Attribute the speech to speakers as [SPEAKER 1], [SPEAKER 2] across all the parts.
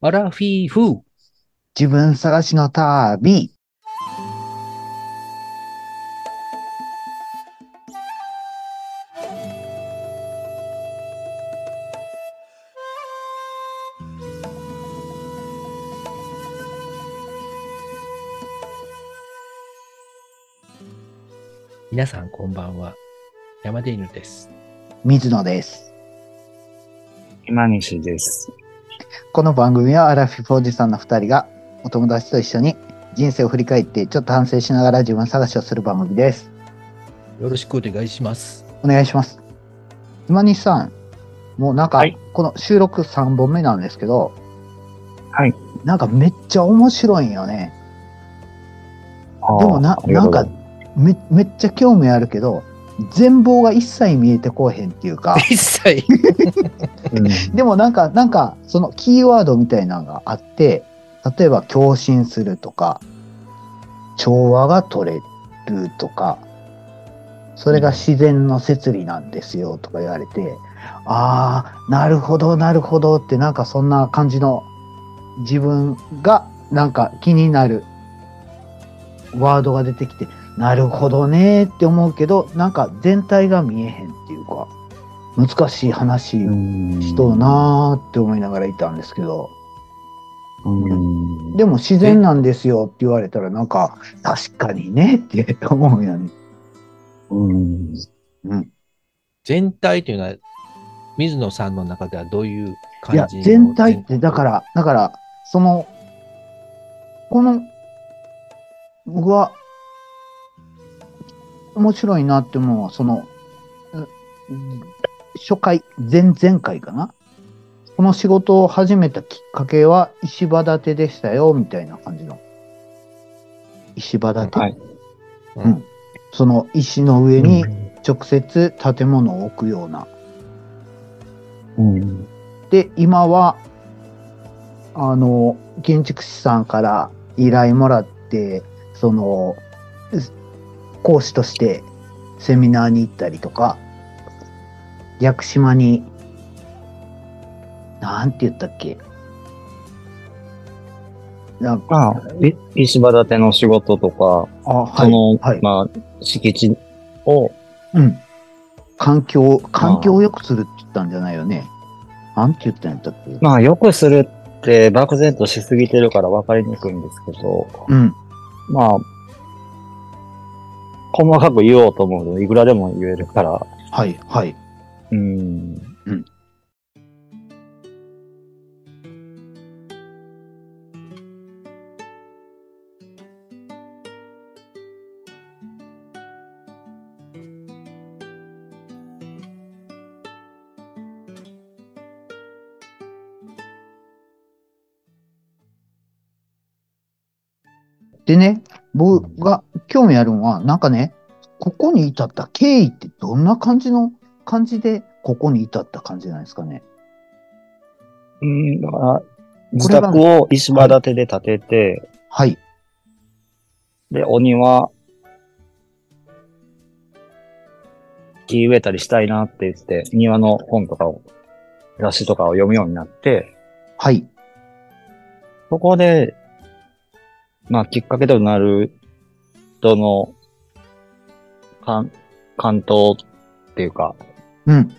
[SPEAKER 1] アラフィフ。
[SPEAKER 2] 自分探しの旅。
[SPEAKER 1] 皆さんこんばんは。山で犬です。
[SPEAKER 2] 水野です。
[SPEAKER 3] 今西です。
[SPEAKER 2] この番組はアラフィフおじさんの2人がお友達と一緒に人生を振り返ってちょっと反省しながら自分探しをする番組です。
[SPEAKER 1] よろしくお願いします。。
[SPEAKER 2] お願いします。今西さん、もうなんか
[SPEAKER 3] はい
[SPEAKER 2] この収録3本目なんですけど、
[SPEAKER 3] はい。
[SPEAKER 2] なんかめっちゃ面白いんよね。
[SPEAKER 3] あー
[SPEAKER 2] でもな
[SPEAKER 3] ありがとうござい
[SPEAKER 2] なんめめっちゃ興味あるけど、全貌が一切見えてこうへんっていうか
[SPEAKER 1] 一切。
[SPEAKER 3] ます
[SPEAKER 2] でもなんか、なんか、そのキーワードみたいなのがあって、例えば共振するとか、調和が取れるとか、それが自然の摂理なんですよとか言われて、ああ、なるほど、なるほどって、なんかそんな感じの自分がなんか気になるワードが出てきて、なるほどねーって思うけど、なんか全体が見えへんっていうか、難しい話
[SPEAKER 3] う
[SPEAKER 2] を
[SPEAKER 3] ん
[SPEAKER 2] 人なーって思いながらいたんですけど、
[SPEAKER 3] うん
[SPEAKER 2] でも自然なんですよって言われたらなんか、確かにねって思うよね。
[SPEAKER 3] うん
[SPEAKER 2] うん、
[SPEAKER 1] 全体というのは、水野さんの中ではどういう
[SPEAKER 2] いや
[SPEAKER 1] 感じ、の
[SPEAKER 2] 全体って、だか。ら、だから、その、この、僕は、面白いなって思うのは、その、う初回、前々回かなこの仕事を始めたきっかけは石場建てでしたよ、みたいな感じの。石場建て。
[SPEAKER 3] はい。
[SPEAKER 1] うん
[SPEAKER 2] その石の上に直接建物を置くような。
[SPEAKER 3] うん
[SPEAKER 2] で、今は、あの、建築士さんから依頼もらって、その、す講師としてセミナーに行ったりとか、屋久島に、なんて言ったっけ。なんか、
[SPEAKER 3] まあ、い石場建ての仕事とか、
[SPEAKER 2] あ、は
[SPEAKER 3] そ
[SPEAKER 2] い。
[SPEAKER 3] の、
[SPEAKER 2] はい
[SPEAKER 3] まあ、敷地を、
[SPEAKER 2] うん。環境、環境を良くするって言ったんじゃないよね。なんて言ったんやったっけ。
[SPEAKER 3] まあ、良くするって漠然としすぎてるから分かりにくいんですけど、
[SPEAKER 2] うん。
[SPEAKER 3] まあ、細かく言おうと思うといくらでも言えるから、
[SPEAKER 2] はい、はい。
[SPEAKER 3] うん。
[SPEAKER 2] でね、僕が興味あるのは、なんかね、ここに至った経緯ってどんな感じの感じでここに至った感じなんですかね。
[SPEAKER 3] うん、だから、自宅を石場建てで建てて、
[SPEAKER 2] はい。
[SPEAKER 3] で、鬼は、木植えたりしたいなって言って、庭の本とかを、雑誌とかを読むようになって、
[SPEAKER 2] はい。
[SPEAKER 3] そこで、まあ、きっかけとなる人の、関、関東っていうか、
[SPEAKER 2] うん。
[SPEAKER 3] うん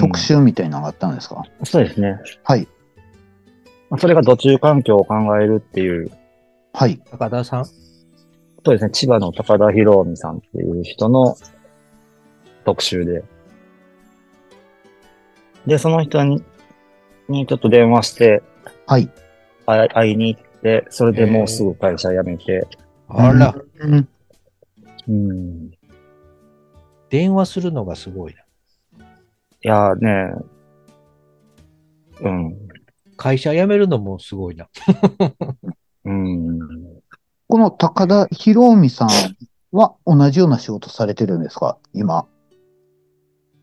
[SPEAKER 2] 特集みたいなのがあったんですか、
[SPEAKER 3] そうですね。
[SPEAKER 2] はい。
[SPEAKER 3] まあそれが土中環境を考えるっていう、
[SPEAKER 2] はい。
[SPEAKER 1] 高田さん。
[SPEAKER 3] そうですね、千葉の高田博美さんっていう人の特集で。で、その人に、にちょっと電話して、
[SPEAKER 2] はい。
[SPEAKER 3] あい会いに行って、それでもうすぐ会社辞めて、
[SPEAKER 1] あら、
[SPEAKER 2] うん。
[SPEAKER 3] うん。い
[SPEAKER 1] 電話するのがすごいな。
[SPEAKER 3] やーね、うん、
[SPEAKER 1] 会社辞めるのもすごいな。
[SPEAKER 3] うん。
[SPEAKER 2] この高田博美さんは同じような仕事されてるんですか今。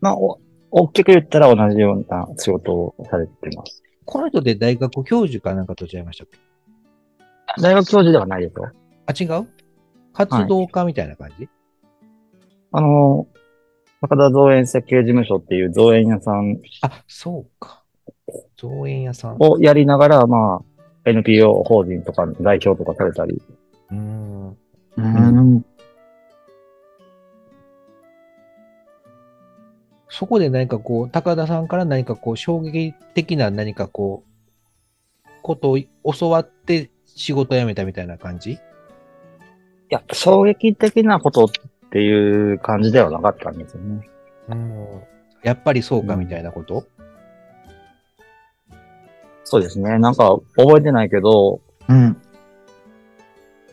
[SPEAKER 3] まあ、お大きく言ったら同じような仕事をされてます。
[SPEAKER 1] この人で大学教授かなんかとちゃいましたっけ
[SPEAKER 3] 大学教授ではないですよ。
[SPEAKER 1] あ、違う活動家みたいな感じ、
[SPEAKER 3] あの、高田造園設計事務所っていう造園屋さん
[SPEAKER 1] あ、そうか。造園屋さん。
[SPEAKER 3] をやりながら、まあ、NPO 法人とかの代表とかされたり、
[SPEAKER 1] うん。
[SPEAKER 2] うん。
[SPEAKER 1] そこで何かこう、高田さんから何かこう、衝撃的な何かこう、ことを教わって仕事を辞めたみたいな感じ
[SPEAKER 3] いや、衝撃的なことっていう感じではなかったんですよね。
[SPEAKER 1] うん。やっぱりそうかみたいなこと、
[SPEAKER 3] そうですね。なんか覚えてないけど、
[SPEAKER 2] うん。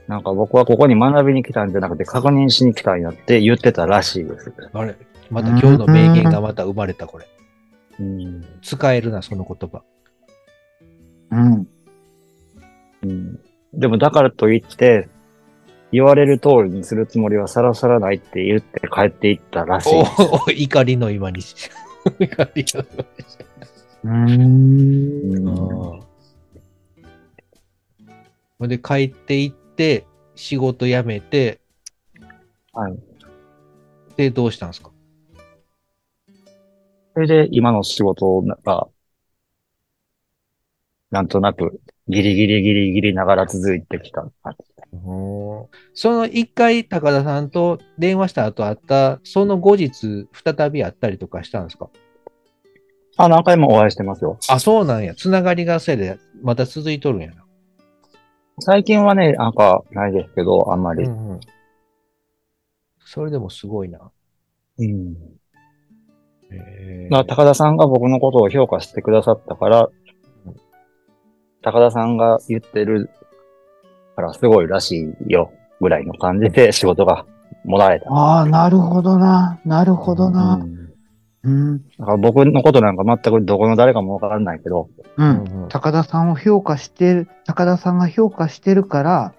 [SPEAKER 3] なんか僕はここに学びに来たんじゃなくて確認しに来たんやって言ってたらしいです。
[SPEAKER 1] あれまた今日の名言がまた生まれた、これ。
[SPEAKER 3] うん。
[SPEAKER 1] 使えるな、その言葉。
[SPEAKER 2] うん。
[SPEAKER 3] うん。でもだからといって、言われる通りにするつもりはさらさらないって言って帰っていったらしい。
[SPEAKER 1] おお、怒りの今に。怒りの今
[SPEAKER 2] うん。
[SPEAKER 3] うん
[SPEAKER 1] に。ほんで、帰って行って、仕事辞めて、
[SPEAKER 3] はい。
[SPEAKER 1] で、どうしたんですか
[SPEAKER 3] それで今の仕事が、なんとなくギリギリギリギリながら続いてきた感じ。
[SPEAKER 1] その一回、高田さんと電話した後あった、その後日、再び会ったりとかしたんですか
[SPEAKER 3] あ、何回もお会いしてますよ。
[SPEAKER 1] あ、そうなんや。つながりがせいで、また続いとるんやな。
[SPEAKER 3] 最近はね、なんかないですけど、あんまり。
[SPEAKER 1] んうん。それでもすごいな。
[SPEAKER 3] うん。
[SPEAKER 1] へー
[SPEAKER 3] まあ、高田さんが僕のことを評価してくださったから
[SPEAKER 1] うん、
[SPEAKER 3] 高田さんが言ってるからすごいらしいよ、ぐらいの感じで仕事がもらえた。
[SPEAKER 2] ああ、なるほどな。なるほど
[SPEAKER 3] う
[SPEAKER 2] な。
[SPEAKER 3] ん
[SPEAKER 2] うん。
[SPEAKER 3] だから僕のことなんか全くどこの誰かもわからないけど、
[SPEAKER 2] う。
[SPEAKER 1] うんんうん
[SPEAKER 2] 高田さんを評価してる、高田さんが評価してるから、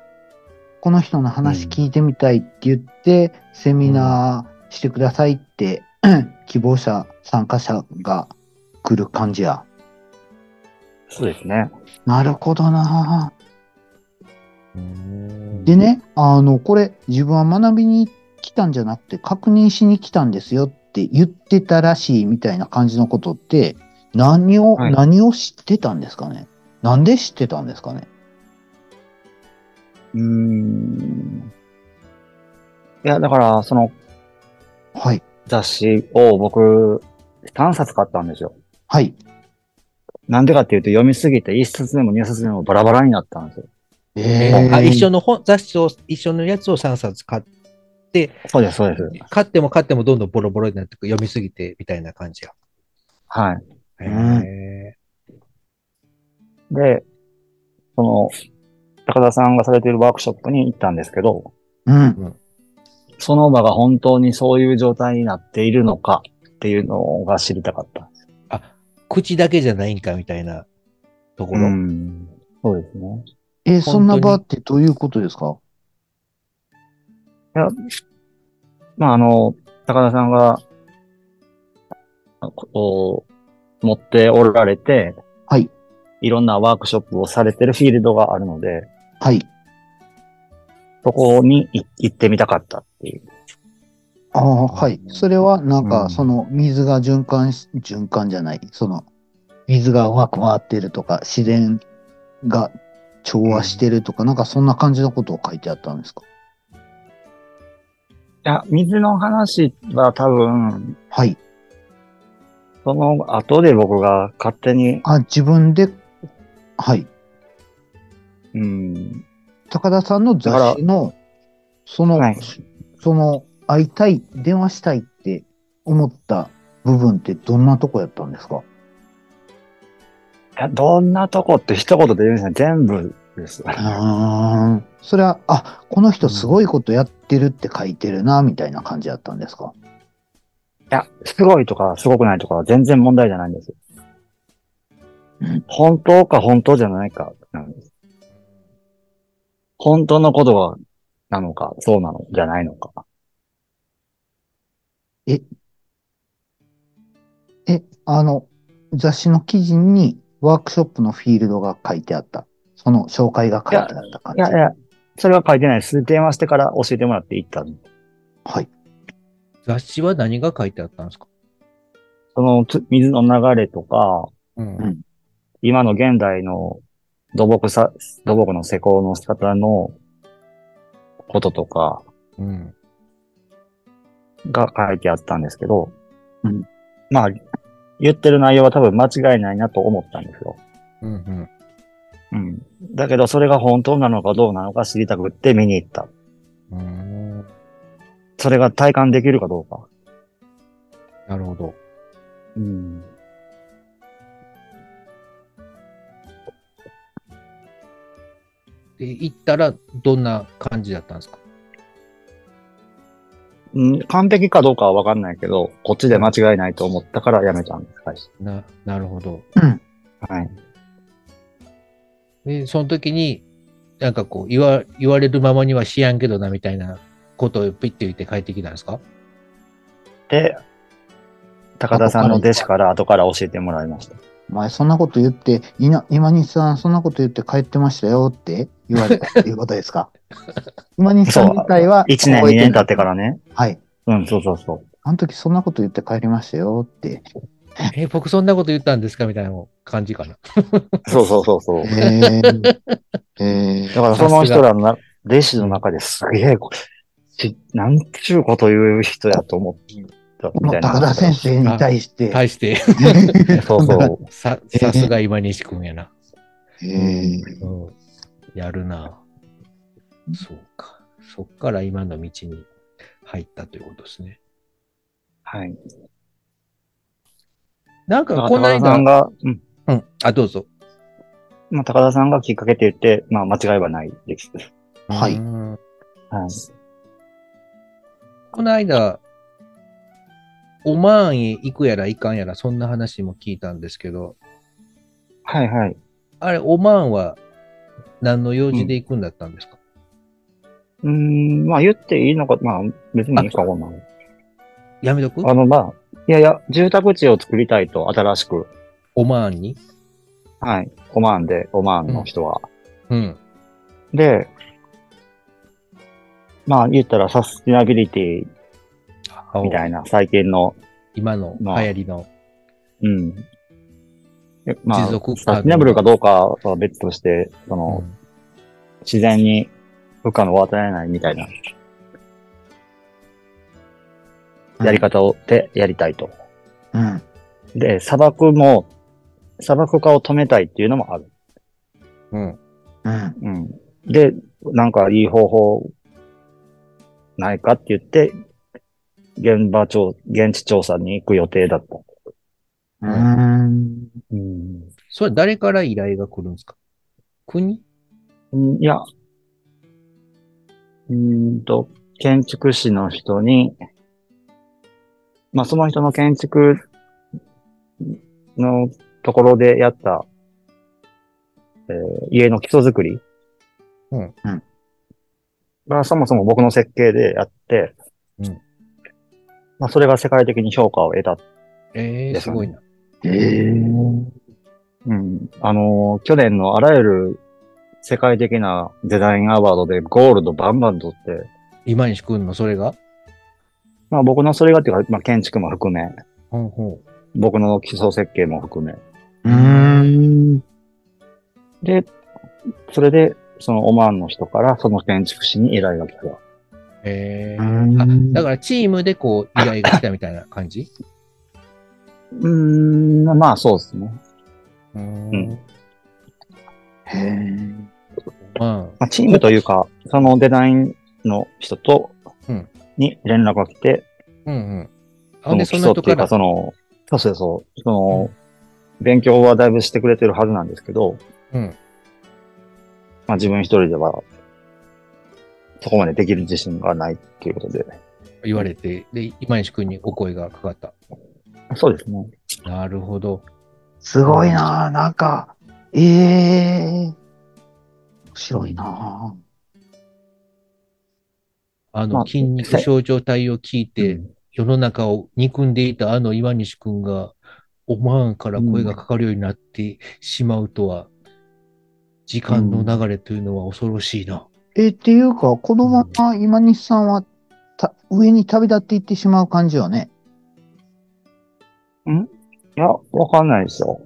[SPEAKER 2] この人の話聞いてみたいって言って、セミナーしてくださいって、 希望者、参加者が来る感じや。
[SPEAKER 3] そうですね。
[SPEAKER 2] なるほどな。
[SPEAKER 1] うん
[SPEAKER 2] でね、あの、これ、自分は学びに来たんじゃなくて、確認しに来たんですよって言ってたらしいみたいな感じのことって、何を、
[SPEAKER 3] はい
[SPEAKER 2] 何を知ってたんですかねなんで知ってたんですかね
[SPEAKER 3] うーん。いや、だから、その
[SPEAKER 2] はい。
[SPEAKER 3] 雑誌を僕、3冊買ったんですよ。
[SPEAKER 2] はい。
[SPEAKER 3] なんでかっていうと、読みすぎて1冊目も2冊目もバラバラになったんですよ。
[SPEAKER 2] えー
[SPEAKER 1] あ一緒の本雑誌を、一緒のやつを3冊買って、
[SPEAKER 3] そうです、そうです。
[SPEAKER 1] 買っても買ってもどんどんボロボロになってく読みすぎてみたいな感じや。
[SPEAKER 3] はい。
[SPEAKER 1] へ
[SPEAKER 2] ん
[SPEAKER 1] え
[SPEAKER 3] で、その、高田さんがされているワークショップに行ったんですけど、
[SPEAKER 2] うん。
[SPEAKER 3] その場が本当にそういう状態になっているのかっていうのが知りたかった。
[SPEAKER 1] 口だけじゃないんかみたいなところ。
[SPEAKER 3] ん。そうですね。
[SPEAKER 2] え
[SPEAKER 1] 当
[SPEAKER 2] ー
[SPEAKER 1] に
[SPEAKER 2] そんな場ってどういうことですか
[SPEAKER 3] まあ、あの、高田さんが、こう、持っておられて、
[SPEAKER 2] はい。
[SPEAKER 3] いろんなワークショップをされてるフィールドがあるので、
[SPEAKER 2] はい。
[SPEAKER 3] そこにい行ってみたかったっていう。
[SPEAKER 2] ああ、はい。それは、なん
[SPEAKER 3] う
[SPEAKER 2] か、
[SPEAKER 3] ん
[SPEAKER 2] その、水が循環し、循環じゃない、その、水がうまく回ってるとか、自然が調和してるとか、なんか、そんな感じのことを書いてあったんですか
[SPEAKER 3] いや、水の話は多分、
[SPEAKER 2] はい。
[SPEAKER 3] その後で僕が勝手に
[SPEAKER 2] あ、自分で、はい。
[SPEAKER 3] うん。
[SPEAKER 2] 高田さんの雑誌の、その、
[SPEAKER 3] はい
[SPEAKER 2] その、会いたい、電話したいって思った部分ってどんなとこやったんですか
[SPEAKER 3] いやどんなとこって一言で言うんですね。全部です。
[SPEAKER 2] あーそれは、あ、この人すごいことやってるって書いてるな、みたいな感じだったんですか。
[SPEAKER 3] いや、すごいとかすごくないとかは全然問題じゃないんですよ
[SPEAKER 2] うん。
[SPEAKER 3] 本当か本当じゃないかなんです。本当のことが、なのか、そうなの、じゃないのか。
[SPEAKER 2] え、あの、雑誌の記事にワークショップのフィールドが書いてあった。その紹介が書いてあった感
[SPEAKER 3] い
[SPEAKER 2] じ。
[SPEAKER 3] やいや、それは書いてないです。電話してから教えてもらって行ったんで
[SPEAKER 2] はい。
[SPEAKER 1] 雑誌は何が書いてあったんですか
[SPEAKER 3] そのつ水の流れとか、
[SPEAKER 1] うん
[SPEAKER 2] うん
[SPEAKER 3] 今の現代の土木さ、土木の施工の仕方のこととか
[SPEAKER 1] うん。
[SPEAKER 3] が書いてあったんですけど、
[SPEAKER 2] うん
[SPEAKER 3] まあ、言ってる内容は多分間違いないなと思ったんですよ。
[SPEAKER 1] うんうん。
[SPEAKER 3] うん。だけど、それが本当なのかどうなのか知りたくって見に行った。
[SPEAKER 1] うーん。
[SPEAKER 3] それが体感できるかどうか。
[SPEAKER 1] なるほど。
[SPEAKER 3] うん。
[SPEAKER 1] で、行ったらどんな感じだったんですか
[SPEAKER 3] うん、完璧かどうかはわかんないけど、こっちで間違いないと思ったからやめたんです、最初
[SPEAKER 1] な、なるほど。
[SPEAKER 3] はい。
[SPEAKER 1] で、その時に、なんかこう、言わ、言われるままにはしやんけどな、みたいなことをピッて言って帰ってきたんです か
[SPEAKER 3] で、高田さんの弟子から後から教えてもらいました。
[SPEAKER 2] 前そんなこと言って、いな、今西さんそんなこと言って帰ってましたよって言われたっていうことです か今西さん自体は。
[SPEAKER 3] 1年、2年経ってからね。
[SPEAKER 2] はい。
[SPEAKER 3] うん、そうそうそう。
[SPEAKER 2] あの時そんなこと言って帰りましたよって。
[SPEAKER 1] え、僕そんなこと言ったんですかみたいな感じかな。
[SPEAKER 3] そうそうそうそう
[SPEAKER 2] え。ー、え
[SPEAKER 3] だからその人らのな弟子の中ですげえ、しなんちゅうこと言う人やと思ったみ
[SPEAKER 2] ー、
[SPEAKER 3] たいな。
[SPEAKER 2] 高田先生に対して。
[SPEAKER 1] 対して、
[SPEAKER 3] そうそう。
[SPEAKER 1] さ、 さすが今西君やな。
[SPEAKER 2] えー
[SPEAKER 1] うん。やるな。そうか。そっから今の道に入ったということですね。
[SPEAKER 3] はい。
[SPEAKER 1] なんか、
[SPEAKER 3] まあ
[SPEAKER 1] こ
[SPEAKER 3] 高
[SPEAKER 1] の
[SPEAKER 3] 田さ
[SPEAKER 1] 間、
[SPEAKER 3] んが、うん。
[SPEAKER 1] うん。あ、どうぞ。
[SPEAKER 3] まあ、高田さんがきっかけって言って、まあ、間違いはないです。
[SPEAKER 2] は
[SPEAKER 1] う
[SPEAKER 2] い。
[SPEAKER 1] ん
[SPEAKER 3] はい。
[SPEAKER 1] この間、オマーンへ行くやら行かんやら、そんな話も聞いたんですけど、
[SPEAKER 3] はいはい。
[SPEAKER 1] あれ、オマーンは何の用事で行くんだったんですか、
[SPEAKER 3] うーん、まあ、言っていいのか、まあ、別にいいかもな。
[SPEAKER 1] やめとく
[SPEAKER 3] あの、まあ、いやいや、住宅地を作りたいと、新しく。
[SPEAKER 1] オマーンに
[SPEAKER 3] はい。オマーンで、オマーンの人は。
[SPEAKER 1] うん。
[SPEAKER 3] で、まあ、言ったらサスティナビリティみたいな、最近の、
[SPEAKER 1] 今の流
[SPEAKER 3] まあ
[SPEAKER 1] 行りの。
[SPEAKER 3] うん。えまあ、
[SPEAKER 1] 持続
[SPEAKER 3] サスティナブルかどうかは別として、その、
[SPEAKER 1] うん
[SPEAKER 3] 自然に負荷のを与えないみたいなやり方をでやりたいと。
[SPEAKER 2] うん。
[SPEAKER 3] で、砂漠も、砂漠化を止めたいっていうのもある。
[SPEAKER 1] うん。
[SPEAKER 2] うん。
[SPEAKER 3] うん。で、なんかいい方法ないかって言って、現場調、現地調査に行く予定だった。
[SPEAKER 2] うーん。
[SPEAKER 3] うん。
[SPEAKER 1] それ誰から依頼が来るんですか国
[SPEAKER 3] いや、うーんと、建築士の人に、まあ、その人の建築のところでやった、えー家の基礎作り。
[SPEAKER 1] うん
[SPEAKER 2] うん
[SPEAKER 3] が、そもそも僕の設計でやって、
[SPEAKER 1] うん
[SPEAKER 3] まあ、それが世界的に評価を得た。
[SPEAKER 1] ええー、
[SPEAKER 3] です
[SPEAKER 1] す
[SPEAKER 3] よね
[SPEAKER 1] ごいな。
[SPEAKER 2] えー。
[SPEAKER 3] うん。あのー去年のあらゆる世界的なデザインアワードでゴールドバンバン取って、
[SPEAKER 1] 今西君のそれが
[SPEAKER 3] まあ僕のそれがっていうか、まあ建築も含め、
[SPEAKER 1] ほうほ
[SPEAKER 3] 僕の基礎設計も含め。
[SPEAKER 2] うーん。
[SPEAKER 3] で、それで、そのオマーンの人からその建築士に依頼が来た。
[SPEAKER 1] う。ええ
[SPEAKER 2] う
[SPEAKER 1] あ、
[SPEAKER 2] ん
[SPEAKER 1] だからチームでこう依頼が来たみたいな感じ
[SPEAKER 3] うーん、まあそうですね。
[SPEAKER 1] う
[SPEAKER 3] うん。
[SPEAKER 2] へー
[SPEAKER 1] まあ、
[SPEAKER 3] まあチームというか、そのデザインの人と
[SPEAKER 1] うん、
[SPEAKER 3] に連絡が来て、
[SPEAKER 1] うんうん。
[SPEAKER 3] そ
[SPEAKER 1] ほん
[SPEAKER 3] の
[SPEAKER 1] で、
[SPEAKER 3] 基
[SPEAKER 1] その
[SPEAKER 3] 礎っ
[SPEAKER 1] 人
[SPEAKER 3] て
[SPEAKER 1] か。
[SPEAKER 3] いうからその、そうそうそう、その、勉強はだいぶしてくれてるはずなんですけど、
[SPEAKER 1] うん。
[SPEAKER 3] まあ自分一人では、そこまでできる自信がないっていうことで。
[SPEAKER 1] 言われて、で、今西君にお声がかかった。
[SPEAKER 3] そうですね。
[SPEAKER 1] なるほど。
[SPEAKER 2] すごいなぁ。なんか、ええー。面白いな
[SPEAKER 1] あ
[SPEAKER 3] ま
[SPEAKER 1] の、
[SPEAKER 3] あ
[SPEAKER 1] 筋肉症状体を聞いて、世の中を憎んでいたあの今西君が、オマーンから声がかかるようになってしまうとは、時間の流れというのは恐ろしいな。
[SPEAKER 2] ぁ。え、っていうか、このまま今西さんはた上に旅立っていってしまう感じよね。
[SPEAKER 3] いや、わかんないですよ。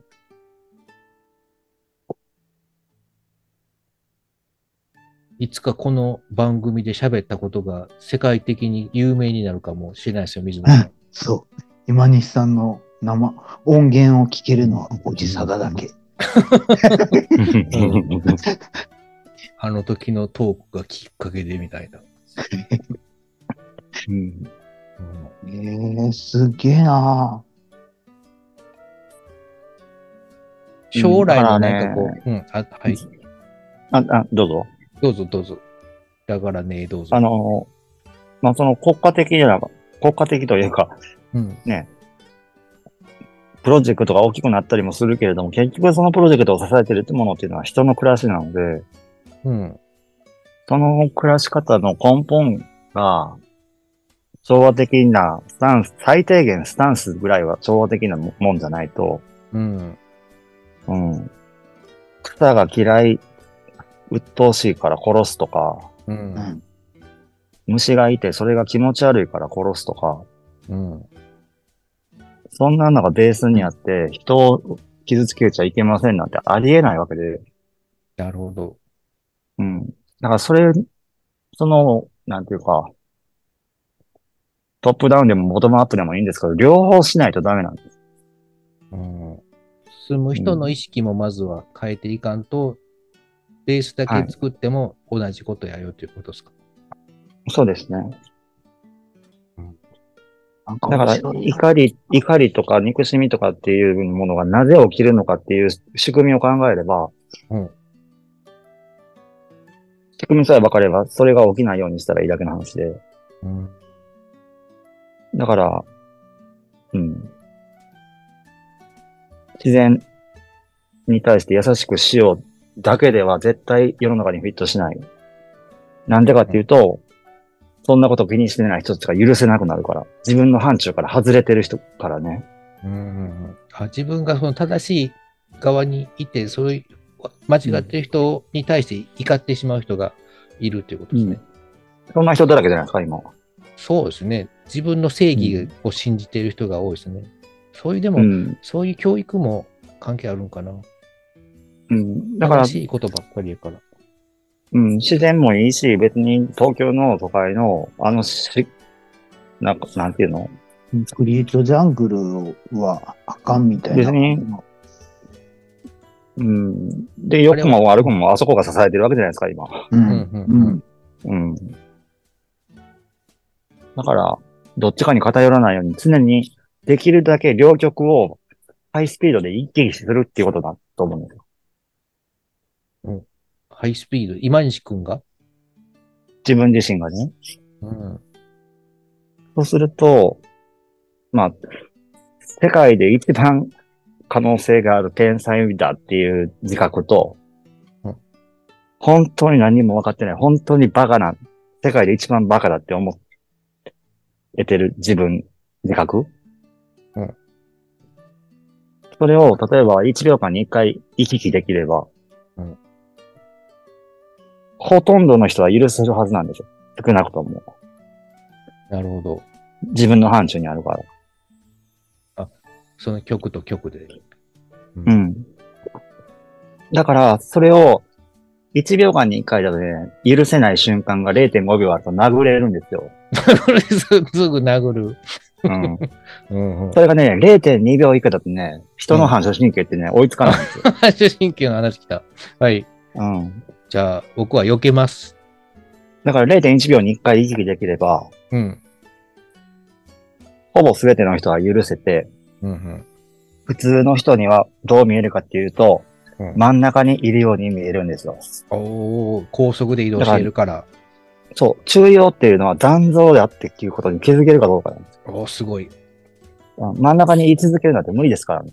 [SPEAKER 1] いつかこの番組で喋ったことが世界的に有名になるかもしれないですよ、水野さん。
[SPEAKER 2] そう。今西さんの生、音源を聞けるのはおじさがだけ。
[SPEAKER 1] あの時のトークがきっかけでみたいな。
[SPEAKER 3] うん
[SPEAKER 1] うん
[SPEAKER 2] えー、すげえな
[SPEAKER 1] 将来のなんか
[SPEAKER 3] だ
[SPEAKER 1] こ
[SPEAKER 3] か
[SPEAKER 1] う、うん、あ、はい。
[SPEAKER 3] あ、あ、どうぞ。
[SPEAKER 1] どうぞどうぞ。だからね、どうぞ。
[SPEAKER 3] あの、まあ、その国家的な、国家的というか、
[SPEAKER 1] うん、
[SPEAKER 3] プロジェクトが大きくなったりもするけれども、結局そのプロジェクトを支えてるってものっていうのは人の暮らしなので、
[SPEAKER 1] うん、
[SPEAKER 3] その暮らし方の根本が、昭和的なスタンス、最低限スタンスぐらいは昭和的なももんじゃないと、
[SPEAKER 1] うん、
[SPEAKER 3] うん。草が嫌い、鬱陶しいから殺すとか、
[SPEAKER 1] う、
[SPEAKER 2] うんん。
[SPEAKER 3] 虫がいてそれが気持ち悪いから殺すとか、
[SPEAKER 1] うん、
[SPEAKER 3] そんなのがベースにあって、人を傷つけちゃいけませんなんてありえないわけで、
[SPEAKER 1] なるほど。
[SPEAKER 3] うん。だからそれ、その、なんていうか、トップダウンでもボトムアップでもいいんですけど、両方しないとダメなんです。
[SPEAKER 1] うん、住む人の意識もまずは変えていかんと、ベースだけ作っても同じことやよということですか。
[SPEAKER 3] そうですね。
[SPEAKER 2] なん
[SPEAKER 3] だから、怒り、怒りとか憎しみとかっていうものがなぜ起きるのかっていう仕組みを考えれば、
[SPEAKER 1] うん
[SPEAKER 3] 仕組みさえ分かれば、それが起きないようにしたらいいだけの話で。
[SPEAKER 1] うん、
[SPEAKER 3] だから、うん。自然に対して優しくしようだけでは絶対世の中にフィットしない。なんでかっていうと、そんなこと気にしてない人たちが許せなくなるから。自分の範疇から外れてる人からね。
[SPEAKER 1] うんうんあ自分がその正しい側にいて、そういう間違ってる人に対して怒ってしまう人がいるということですね。
[SPEAKER 3] そんな人だらけじゃないですか、今。
[SPEAKER 1] そうですね。自分の正義を信じている人が多いですね。そういう、でも、
[SPEAKER 3] うん。
[SPEAKER 1] そういう教育も関係あるんかな。
[SPEAKER 3] うん。だから
[SPEAKER 1] 正、しいことばっかりやから。
[SPEAKER 3] うん、自然もいいし、別に東京の都会の、あのし、なんか、なんていうの
[SPEAKER 2] クリエイトジャングルはあかんみたいな。
[SPEAKER 3] 別にうん。で、良くも悪くもあそこが支えてるわけじゃないですか、今。
[SPEAKER 2] う
[SPEAKER 1] うん
[SPEAKER 2] ん。
[SPEAKER 1] うん
[SPEAKER 2] う
[SPEAKER 1] うん
[SPEAKER 2] ん。
[SPEAKER 3] うん。だから、どっちかに偏らないように常にできるだけ両極をハイスピードで一気にするっていうことだと思うんですよ。
[SPEAKER 1] ハイスピード、今西君が。
[SPEAKER 3] 自分自身がね。
[SPEAKER 1] うん。
[SPEAKER 3] そうすると、まあ、世界で一番可能性がある天才だっていう自覚と
[SPEAKER 1] うん、
[SPEAKER 3] 本当に何も分かってない、本当にバカな、世界で一番バカだって思えてる自分、自覚
[SPEAKER 1] うん
[SPEAKER 3] それを、例えば1秒間に1回行き来できれば、
[SPEAKER 1] うん
[SPEAKER 3] ほとんどの人は許せるはずなんですよ。少なくとも。
[SPEAKER 1] なるほど。
[SPEAKER 3] 自分の範疇にあるから。
[SPEAKER 1] その曲と曲で。
[SPEAKER 3] う。ん。だから、それを、1秒間に1回だとね、許せない瞬間が0.5秒あると殴れるんですよ。
[SPEAKER 1] これす すぐ殴る。
[SPEAKER 3] うん。
[SPEAKER 1] うんうん
[SPEAKER 3] そ。れがね、0.2秒以下だとね、人の反射神経ってね、追いつかないんですよ。
[SPEAKER 1] 反射神経の話きた。はい。
[SPEAKER 3] うん。
[SPEAKER 1] じゃあ、僕は避けます。
[SPEAKER 3] だから0.1秒に1回行き来できれば、
[SPEAKER 1] うん。
[SPEAKER 3] ほぼ全ての人は許せて、
[SPEAKER 1] うんうん。
[SPEAKER 3] 普通の人にはどう見えるかっていうと、
[SPEAKER 1] うん
[SPEAKER 3] 真ん中にいるように見えるんですよ。
[SPEAKER 1] おー、高速で移動しているから。
[SPEAKER 3] そう、中央っていうのは残像であってっていうことに気づけるかどうかなんですよ。
[SPEAKER 1] おー、すごい。
[SPEAKER 3] うん真ん中に居続けるなんて無理ですからね。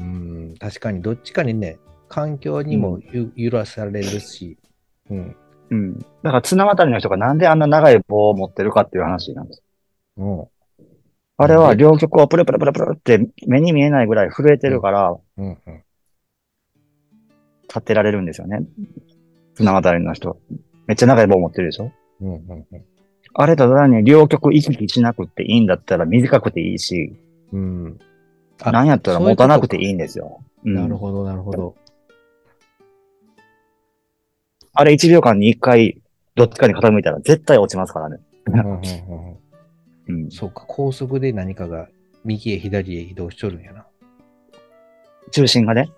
[SPEAKER 1] うん、確かにどっちかにね、環境にもゆ揺らされるし、うん、
[SPEAKER 3] うん。だから綱渡りの人がなんであんな長い棒を持ってるかっていう話なんです。
[SPEAKER 1] うん、
[SPEAKER 3] あれは両極をプルプルプルプルって目に見えないぐらい震えてるから
[SPEAKER 1] うん、うん。
[SPEAKER 3] 立ってられるんですよね。綱渡りの人。めっちゃ長い棒持ってるでしょ
[SPEAKER 1] うんうんうん
[SPEAKER 3] あれただに両極行き来しなくていいんだったら短くていいし、
[SPEAKER 1] うん、あ
[SPEAKER 3] なんやったら
[SPEAKER 1] そういう
[SPEAKER 3] 持
[SPEAKER 1] こと
[SPEAKER 3] た
[SPEAKER 1] か
[SPEAKER 3] なくていいんですよ。うん
[SPEAKER 1] なるほど、なるほど。
[SPEAKER 3] あれ1秒間に1回どっちかに傾いたら絶対落ちますからね。
[SPEAKER 1] うんうんうんうん
[SPEAKER 3] うん。
[SPEAKER 1] そうか、高速で何かが右へ左へ移動しとるんやな。
[SPEAKER 3] 中心がね。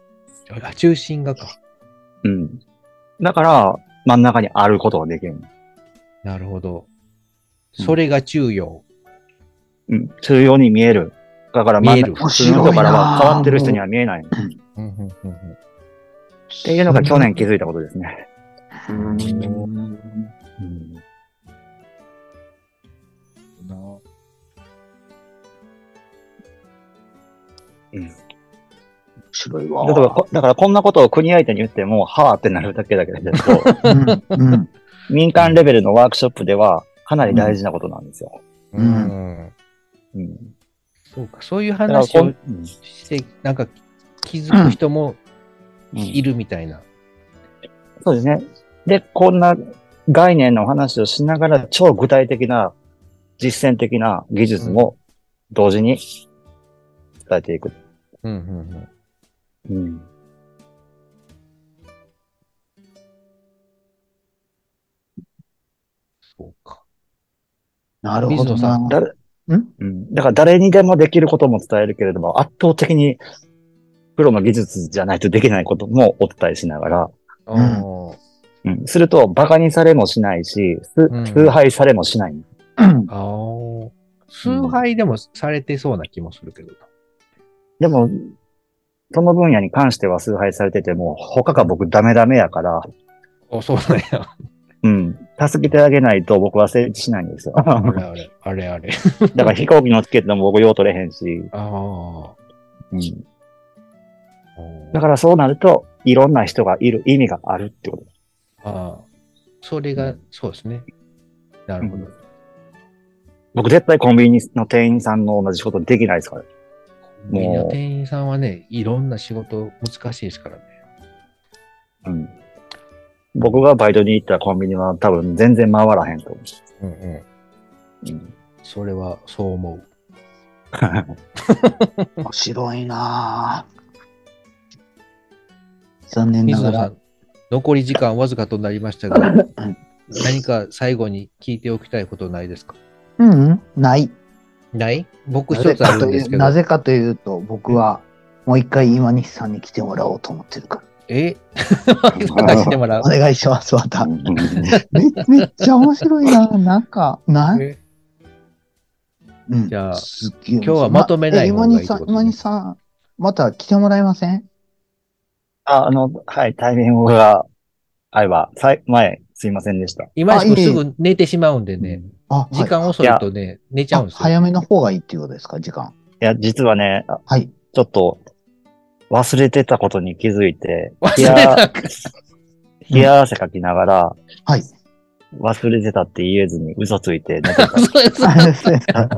[SPEAKER 1] あ、中心がか。
[SPEAKER 3] うん。だから、真ん中にあることができる。
[SPEAKER 1] なるほど。
[SPEAKER 3] うん
[SPEAKER 1] それが中央。
[SPEAKER 3] うん。そういうように見える。だから真ん中、
[SPEAKER 1] 見える
[SPEAKER 3] 普通の人からは変わってる人には見えない。っ
[SPEAKER 1] うんうんうんうん
[SPEAKER 3] ていうのが去年気づいたことですね。うん。
[SPEAKER 1] な
[SPEAKER 2] 面白い
[SPEAKER 3] だから
[SPEAKER 2] わ。
[SPEAKER 3] こ、だからこんなことを国相手に言っても、はぁってなるだけだけど、
[SPEAKER 2] うんうん
[SPEAKER 3] 民間レベルのワークショップでは、かなり大事なことなんですよ。
[SPEAKER 1] うん
[SPEAKER 3] うん。
[SPEAKER 1] そうか、そういう
[SPEAKER 3] だから
[SPEAKER 1] 話
[SPEAKER 3] こん
[SPEAKER 1] をして、なんか気づく人も
[SPEAKER 3] うん
[SPEAKER 1] いるみたいな。
[SPEAKER 3] そうですね。で、こんな概念のお話をしながら、超具体的な、実践的な技術も同時に伝えていく。
[SPEAKER 1] うんうんうん
[SPEAKER 3] うん。
[SPEAKER 1] そうか。
[SPEAKER 2] なるほど
[SPEAKER 1] 水野さん
[SPEAKER 2] な。
[SPEAKER 3] だ
[SPEAKER 2] ん
[SPEAKER 3] うん、だから誰にでもできることも伝えるけれども、圧倒的にプロの技術じゃないとできないこともお伝えしながら、
[SPEAKER 1] あー
[SPEAKER 3] うん、すると馬鹿にされもしないし、す
[SPEAKER 1] ん
[SPEAKER 3] 崇拝されもしない。
[SPEAKER 2] うん
[SPEAKER 1] あー。崇拝でもされてそうな気もするけどな。
[SPEAKER 3] でも、その分野に関しては崇拝されてても、他が僕ダメダメやから、
[SPEAKER 1] あ、そうなんや。
[SPEAKER 3] うん。助けてあげないと僕は成立しないんですよ。
[SPEAKER 1] あれあれ、あれあれ。
[SPEAKER 3] だから飛行機のチケットも僕用取れへんし、
[SPEAKER 1] ああ。
[SPEAKER 3] うん。だ
[SPEAKER 1] だ
[SPEAKER 3] からそうなると、いろんな人がいる意味があるってこと。
[SPEAKER 1] ああ、それが、そうですね。なるほど。
[SPEAKER 3] うん僕絶対コンビニの店員さんの同じことできないですから。
[SPEAKER 1] コンビニの
[SPEAKER 3] もう
[SPEAKER 1] 店員さんはね、いろんな仕事難しいですからね。
[SPEAKER 3] うん。僕がバイトに行ったコンビニは多分全然回らへんと思
[SPEAKER 1] うんうん。
[SPEAKER 3] う。うん。
[SPEAKER 1] それはそう思う。
[SPEAKER 2] 面白いなぁ残念な
[SPEAKER 1] 水
[SPEAKER 2] が
[SPEAKER 1] 野さ
[SPEAKER 2] ら
[SPEAKER 1] ん、残り時間わずかとなりましたが、
[SPEAKER 2] ん
[SPEAKER 1] 何か最後に聞いておきたいことないですか
[SPEAKER 2] うんうんない
[SPEAKER 1] ない僕
[SPEAKER 2] な
[SPEAKER 1] 一
[SPEAKER 2] ぜ
[SPEAKER 1] つあ
[SPEAKER 2] か
[SPEAKER 1] る
[SPEAKER 2] と
[SPEAKER 1] ん
[SPEAKER 2] い
[SPEAKER 1] です
[SPEAKER 2] う
[SPEAKER 1] け
[SPEAKER 2] な
[SPEAKER 1] ど。
[SPEAKER 2] ぜかというと僕はもう一回今西さんに来てもらおうと思ってるから
[SPEAKER 1] えま た来てもらう
[SPEAKER 2] お。願いしますまた
[SPEAKER 3] うん
[SPEAKER 2] めめっちゃ面白いななんかなん
[SPEAKER 1] え
[SPEAKER 2] うん
[SPEAKER 1] じゃあ
[SPEAKER 2] すっげえ面白い
[SPEAKER 1] 今日はまとめない
[SPEAKER 2] え
[SPEAKER 1] 方
[SPEAKER 2] 今
[SPEAKER 1] がいいっ
[SPEAKER 2] 西
[SPEAKER 1] て
[SPEAKER 2] さ
[SPEAKER 1] こ
[SPEAKER 2] ん
[SPEAKER 1] とね
[SPEAKER 2] 今西さんまた来てもらえません
[SPEAKER 3] あ、あの、はい、タイミングが合えば、さい前、すいませんでした。
[SPEAKER 1] 今し
[SPEAKER 2] あ
[SPEAKER 1] く
[SPEAKER 2] いえいえ
[SPEAKER 1] すぐ寝てしまうんでね、
[SPEAKER 2] あ
[SPEAKER 1] 時間遅いとね、寝ちゃ
[SPEAKER 2] は
[SPEAKER 1] う
[SPEAKER 2] い
[SPEAKER 1] ん
[SPEAKER 2] あ
[SPEAKER 1] ですよ。
[SPEAKER 2] 早めの方がいいっていうことですか時間
[SPEAKER 3] いや、実はね、あ
[SPEAKER 2] はい
[SPEAKER 3] ちょっと、忘れてたことに気づいて、
[SPEAKER 1] 忘
[SPEAKER 3] 冷
[SPEAKER 1] れ
[SPEAKER 3] や、
[SPEAKER 1] たか
[SPEAKER 3] 冷や汗かきながら、
[SPEAKER 2] はい
[SPEAKER 3] 忘れてたって言えずに嘘ついて寝て た。
[SPEAKER 1] そうです
[SPEAKER 2] あ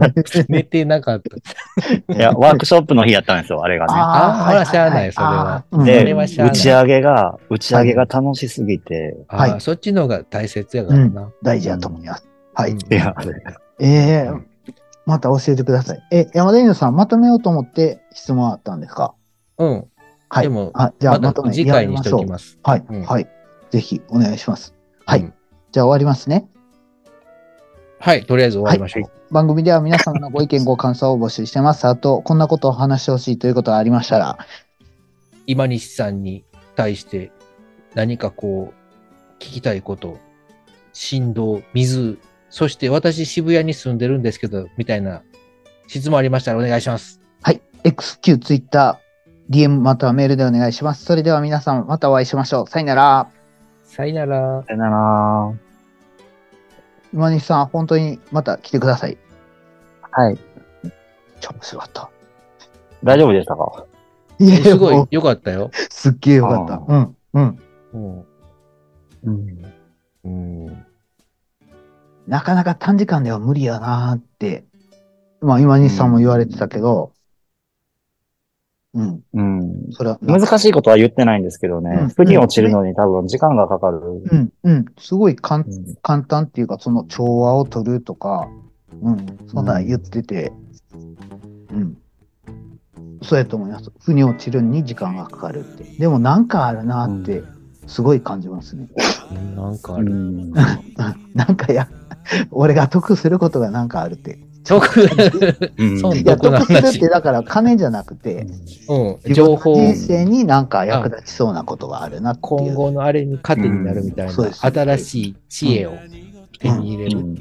[SPEAKER 2] れですね
[SPEAKER 1] 寝てなかった。
[SPEAKER 3] いや、ワークショップの日やったんですよ、あれがね。
[SPEAKER 1] あ
[SPEAKER 2] ー
[SPEAKER 1] あ、しゃあない、それは。
[SPEAKER 2] あーうん
[SPEAKER 3] で
[SPEAKER 1] それはしゃあな
[SPEAKER 3] 打
[SPEAKER 1] い
[SPEAKER 3] ち上げが、打ち上げが楽しすぎて、
[SPEAKER 1] あ
[SPEAKER 2] は
[SPEAKER 1] あ、
[SPEAKER 2] い
[SPEAKER 1] そっちの方が大切やからな。
[SPEAKER 2] 大事だと思います。はい。
[SPEAKER 1] うん
[SPEAKER 3] いや、
[SPEAKER 2] ええ
[SPEAKER 1] うん
[SPEAKER 2] また教えてください。え、山田犬さん、まとめようと思って質問あったんですか
[SPEAKER 1] うん。
[SPEAKER 2] はい。
[SPEAKER 1] でも
[SPEAKER 2] あじゃあま
[SPEAKER 1] ま
[SPEAKER 2] と
[SPEAKER 1] た
[SPEAKER 2] め
[SPEAKER 1] 次
[SPEAKER 2] や
[SPEAKER 1] 回
[SPEAKER 2] り
[SPEAKER 1] に
[SPEAKER 2] ま
[SPEAKER 1] し
[SPEAKER 2] して
[SPEAKER 1] お
[SPEAKER 2] ょ
[SPEAKER 1] き
[SPEAKER 2] う。
[SPEAKER 1] ます。
[SPEAKER 2] はい、
[SPEAKER 1] うん
[SPEAKER 2] はい。ぜひお願いします。はい。
[SPEAKER 1] うん
[SPEAKER 2] じゃあ終わりますね。
[SPEAKER 1] はい、とりあえず終わりましょう。
[SPEAKER 2] 番組では皆様のご意見、ご感想を募集してます。あと、こんなことを話してほしいということがありましたら、
[SPEAKER 1] 今西さんに対して何かこう、聞きたいこと、振動、水、そして私渋谷に住んでるんですけど、みたいな質問ありましたらお願いします。
[SPEAKER 2] はい。XQ、Twitter、DM またはメールでお願いします。それでは皆さん、またお会いしましょう。さよなら。
[SPEAKER 1] さよなら。
[SPEAKER 3] さよなら。
[SPEAKER 2] 今西さん、本当にまた来てください。
[SPEAKER 3] はい。
[SPEAKER 2] 超面白かった。
[SPEAKER 3] 大丈夫でしたか
[SPEAKER 2] い
[SPEAKER 1] え
[SPEAKER 2] や
[SPEAKER 1] すご
[SPEAKER 2] も、
[SPEAKER 1] いうよかったよ。
[SPEAKER 2] すっげえよかった。うん、うん。
[SPEAKER 1] うん。
[SPEAKER 3] う
[SPEAKER 1] うん。
[SPEAKER 3] ん。
[SPEAKER 2] なかなか短時間では無理やなーって、まあ今西さんも言われてたけど、うん、
[SPEAKER 3] うん。
[SPEAKER 2] それは、
[SPEAKER 3] 難しいことは言ってないんですけど
[SPEAKER 2] う
[SPEAKER 3] ね
[SPEAKER 2] ん。
[SPEAKER 3] 腑に落ちるのに多分時間がかかる。
[SPEAKER 2] うん、うん、すごい簡
[SPEAKER 3] うん
[SPEAKER 2] 簡単っていうか、その調和を取るとか、うん、そんなん言ってて、うん。そうやと思います。腑に落ちるのに時間がかかるって。でもなんかあるなーって、すごい感じますね。
[SPEAKER 1] なんかあ
[SPEAKER 3] う
[SPEAKER 1] る。
[SPEAKER 3] ん。
[SPEAKER 2] なんかや、俺が得することがなんかあるって。
[SPEAKER 1] 特、
[SPEAKER 3] うん
[SPEAKER 1] そう
[SPEAKER 2] い
[SPEAKER 1] ど
[SPEAKER 2] や、
[SPEAKER 1] この
[SPEAKER 2] 得す
[SPEAKER 1] 話
[SPEAKER 2] るってだから金じゃなくて、
[SPEAKER 1] うん、
[SPEAKER 2] 自分
[SPEAKER 1] 情
[SPEAKER 2] の
[SPEAKER 1] 報、
[SPEAKER 2] 人生になんか役立ちそうなことがあるなってい
[SPEAKER 1] 今
[SPEAKER 2] う。
[SPEAKER 1] 後のあれに糧になるみたいな、
[SPEAKER 2] うんそうです
[SPEAKER 1] 新しい知恵を手に入れる。
[SPEAKER 2] うん、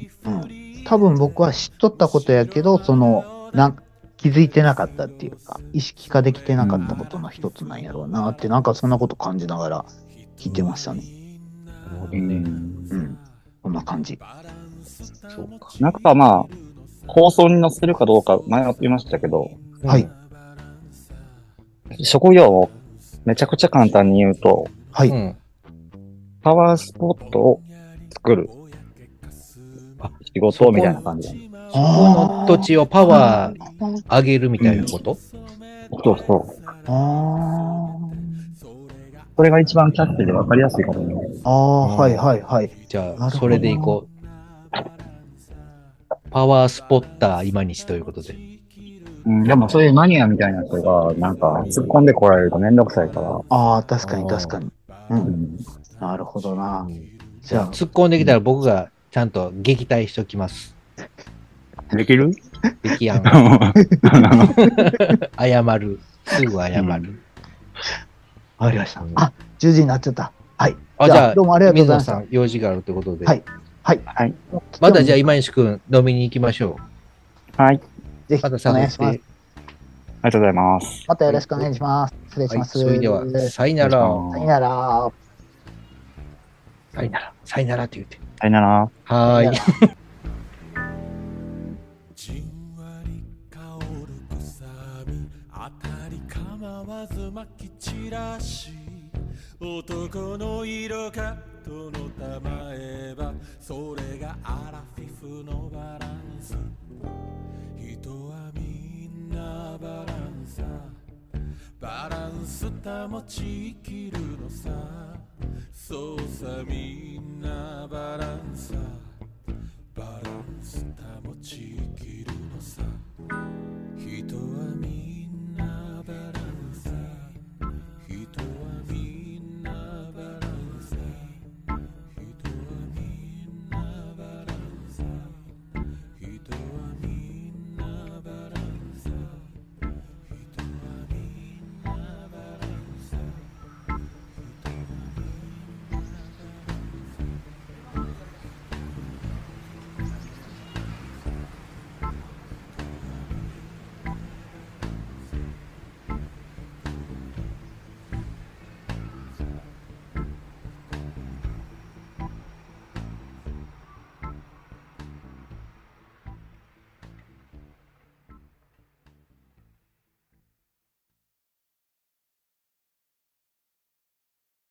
[SPEAKER 2] 多分僕は知っとったことやけど、その、なんか気づいてなかったっていうか、意識化できてなかったことの一つなんやろうなって、なんかそんなこと感じながら聞いてましたね。
[SPEAKER 1] なるほど
[SPEAKER 3] う
[SPEAKER 1] ね。
[SPEAKER 3] ん
[SPEAKER 2] うん。こんな感じ。
[SPEAKER 1] そうか。
[SPEAKER 3] なんかまあ、放送に載せるかどうか前言いましたけど、
[SPEAKER 2] はい。
[SPEAKER 3] 職業をめちゃくちゃ簡単に言うと、
[SPEAKER 2] はい。
[SPEAKER 1] うん。
[SPEAKER 3] パワースポットを作る
[SPEAKER 1] あ
[SPEAKER 3] 仕事みたいな感じ。
[SPEAKER 1] この土地をパワー上げるみたいなこと、
[SPEAKER 3] そうそう。
[SPEAKER 2] あー
[SPEAKER 3] それが一番キャッチで分かりやすいかと思います。
[SPEAKER 2] あー、はいはいはい。
[SPEAKER 1] じゃ
[SPEAKER 2] るほ
[SPEAKER 1] あ、
[SPEAKER 2] ど
[SPEAKER 1] それでいこう。パワースポッター今西ということで。
[SPEAKER 3] うん、でもそういうマニアみたいな人が、なんか突っ込んでこられるとめんどくさいから。
[SPEAKER 2] ああ、確かに確かに。う。
[SPEAKER 3] うんん。
[SPEAKER 2] なるほどな
[SPEAKER 1] う。ん
[SPEAKER 2] じゃあ、
[SPEAKER 1] 突っ込んできたら僕がちゃんと撃退しときます。
[SPEAKER 3] できる
[SPEAKER 1] 撃 案。謝る。すぐ謝る。
[SPEAKER 3] うん
[SPEAKER 2] わかりました。あ、10時になっちゃった。はい。
[SPEAKER 1] あ、
[SPEAKER 2] じ
[SPEAKER 1] じ
[SPEAKER 2] ゃあ
[SPEAKER 1] ゃあ、
[SPEAKER 2] どうもありがとうございました
[SPEAKER 1] 水野さん、用事があるということで。
[SPEAKER 2] はいはい。
[SPEAKER 3] はい。
[SPEAKER 1] またじゃあ、
[SPEAKER 2] あ、
[SPEAKER 1] 今西君、飲みに行きましょう。
[SPEAKER 3] はい。
[SPEAKER 2] ぜひ
[SPEAKER 1] また
[SPEAKER 2] お願
[SPEAKER 1] 探
[SPEAKER 2] い
[SPEAKER 1] し。
[SPEAKER 2] してます。
[SPEAKER 3] ありがとうございます。
[SPEAKER 2] またよろしくお願いします。失礼し
[SPEAKER 1] は
[SPEAKER 2] ま
[SPEAKER 1] い、
[SPEAKER 2] す。
[SPEAKER 1] それでは、さよなら。
[SPEAKER 2] さよなら。
[SPEAKER 1] さよなら。さよならって言って。
[SPEAKER 3] さよなら。
[SPEAKER 1] はーい。
[SPEAKER 4] じんわり香る臭み当たり構わず撒き散らし男の色カットの玉えばそれがアラフィフのバランス人はみんなバランサバランス保ち生きるのさそうさみんなバランサバランス保ち生きるのさ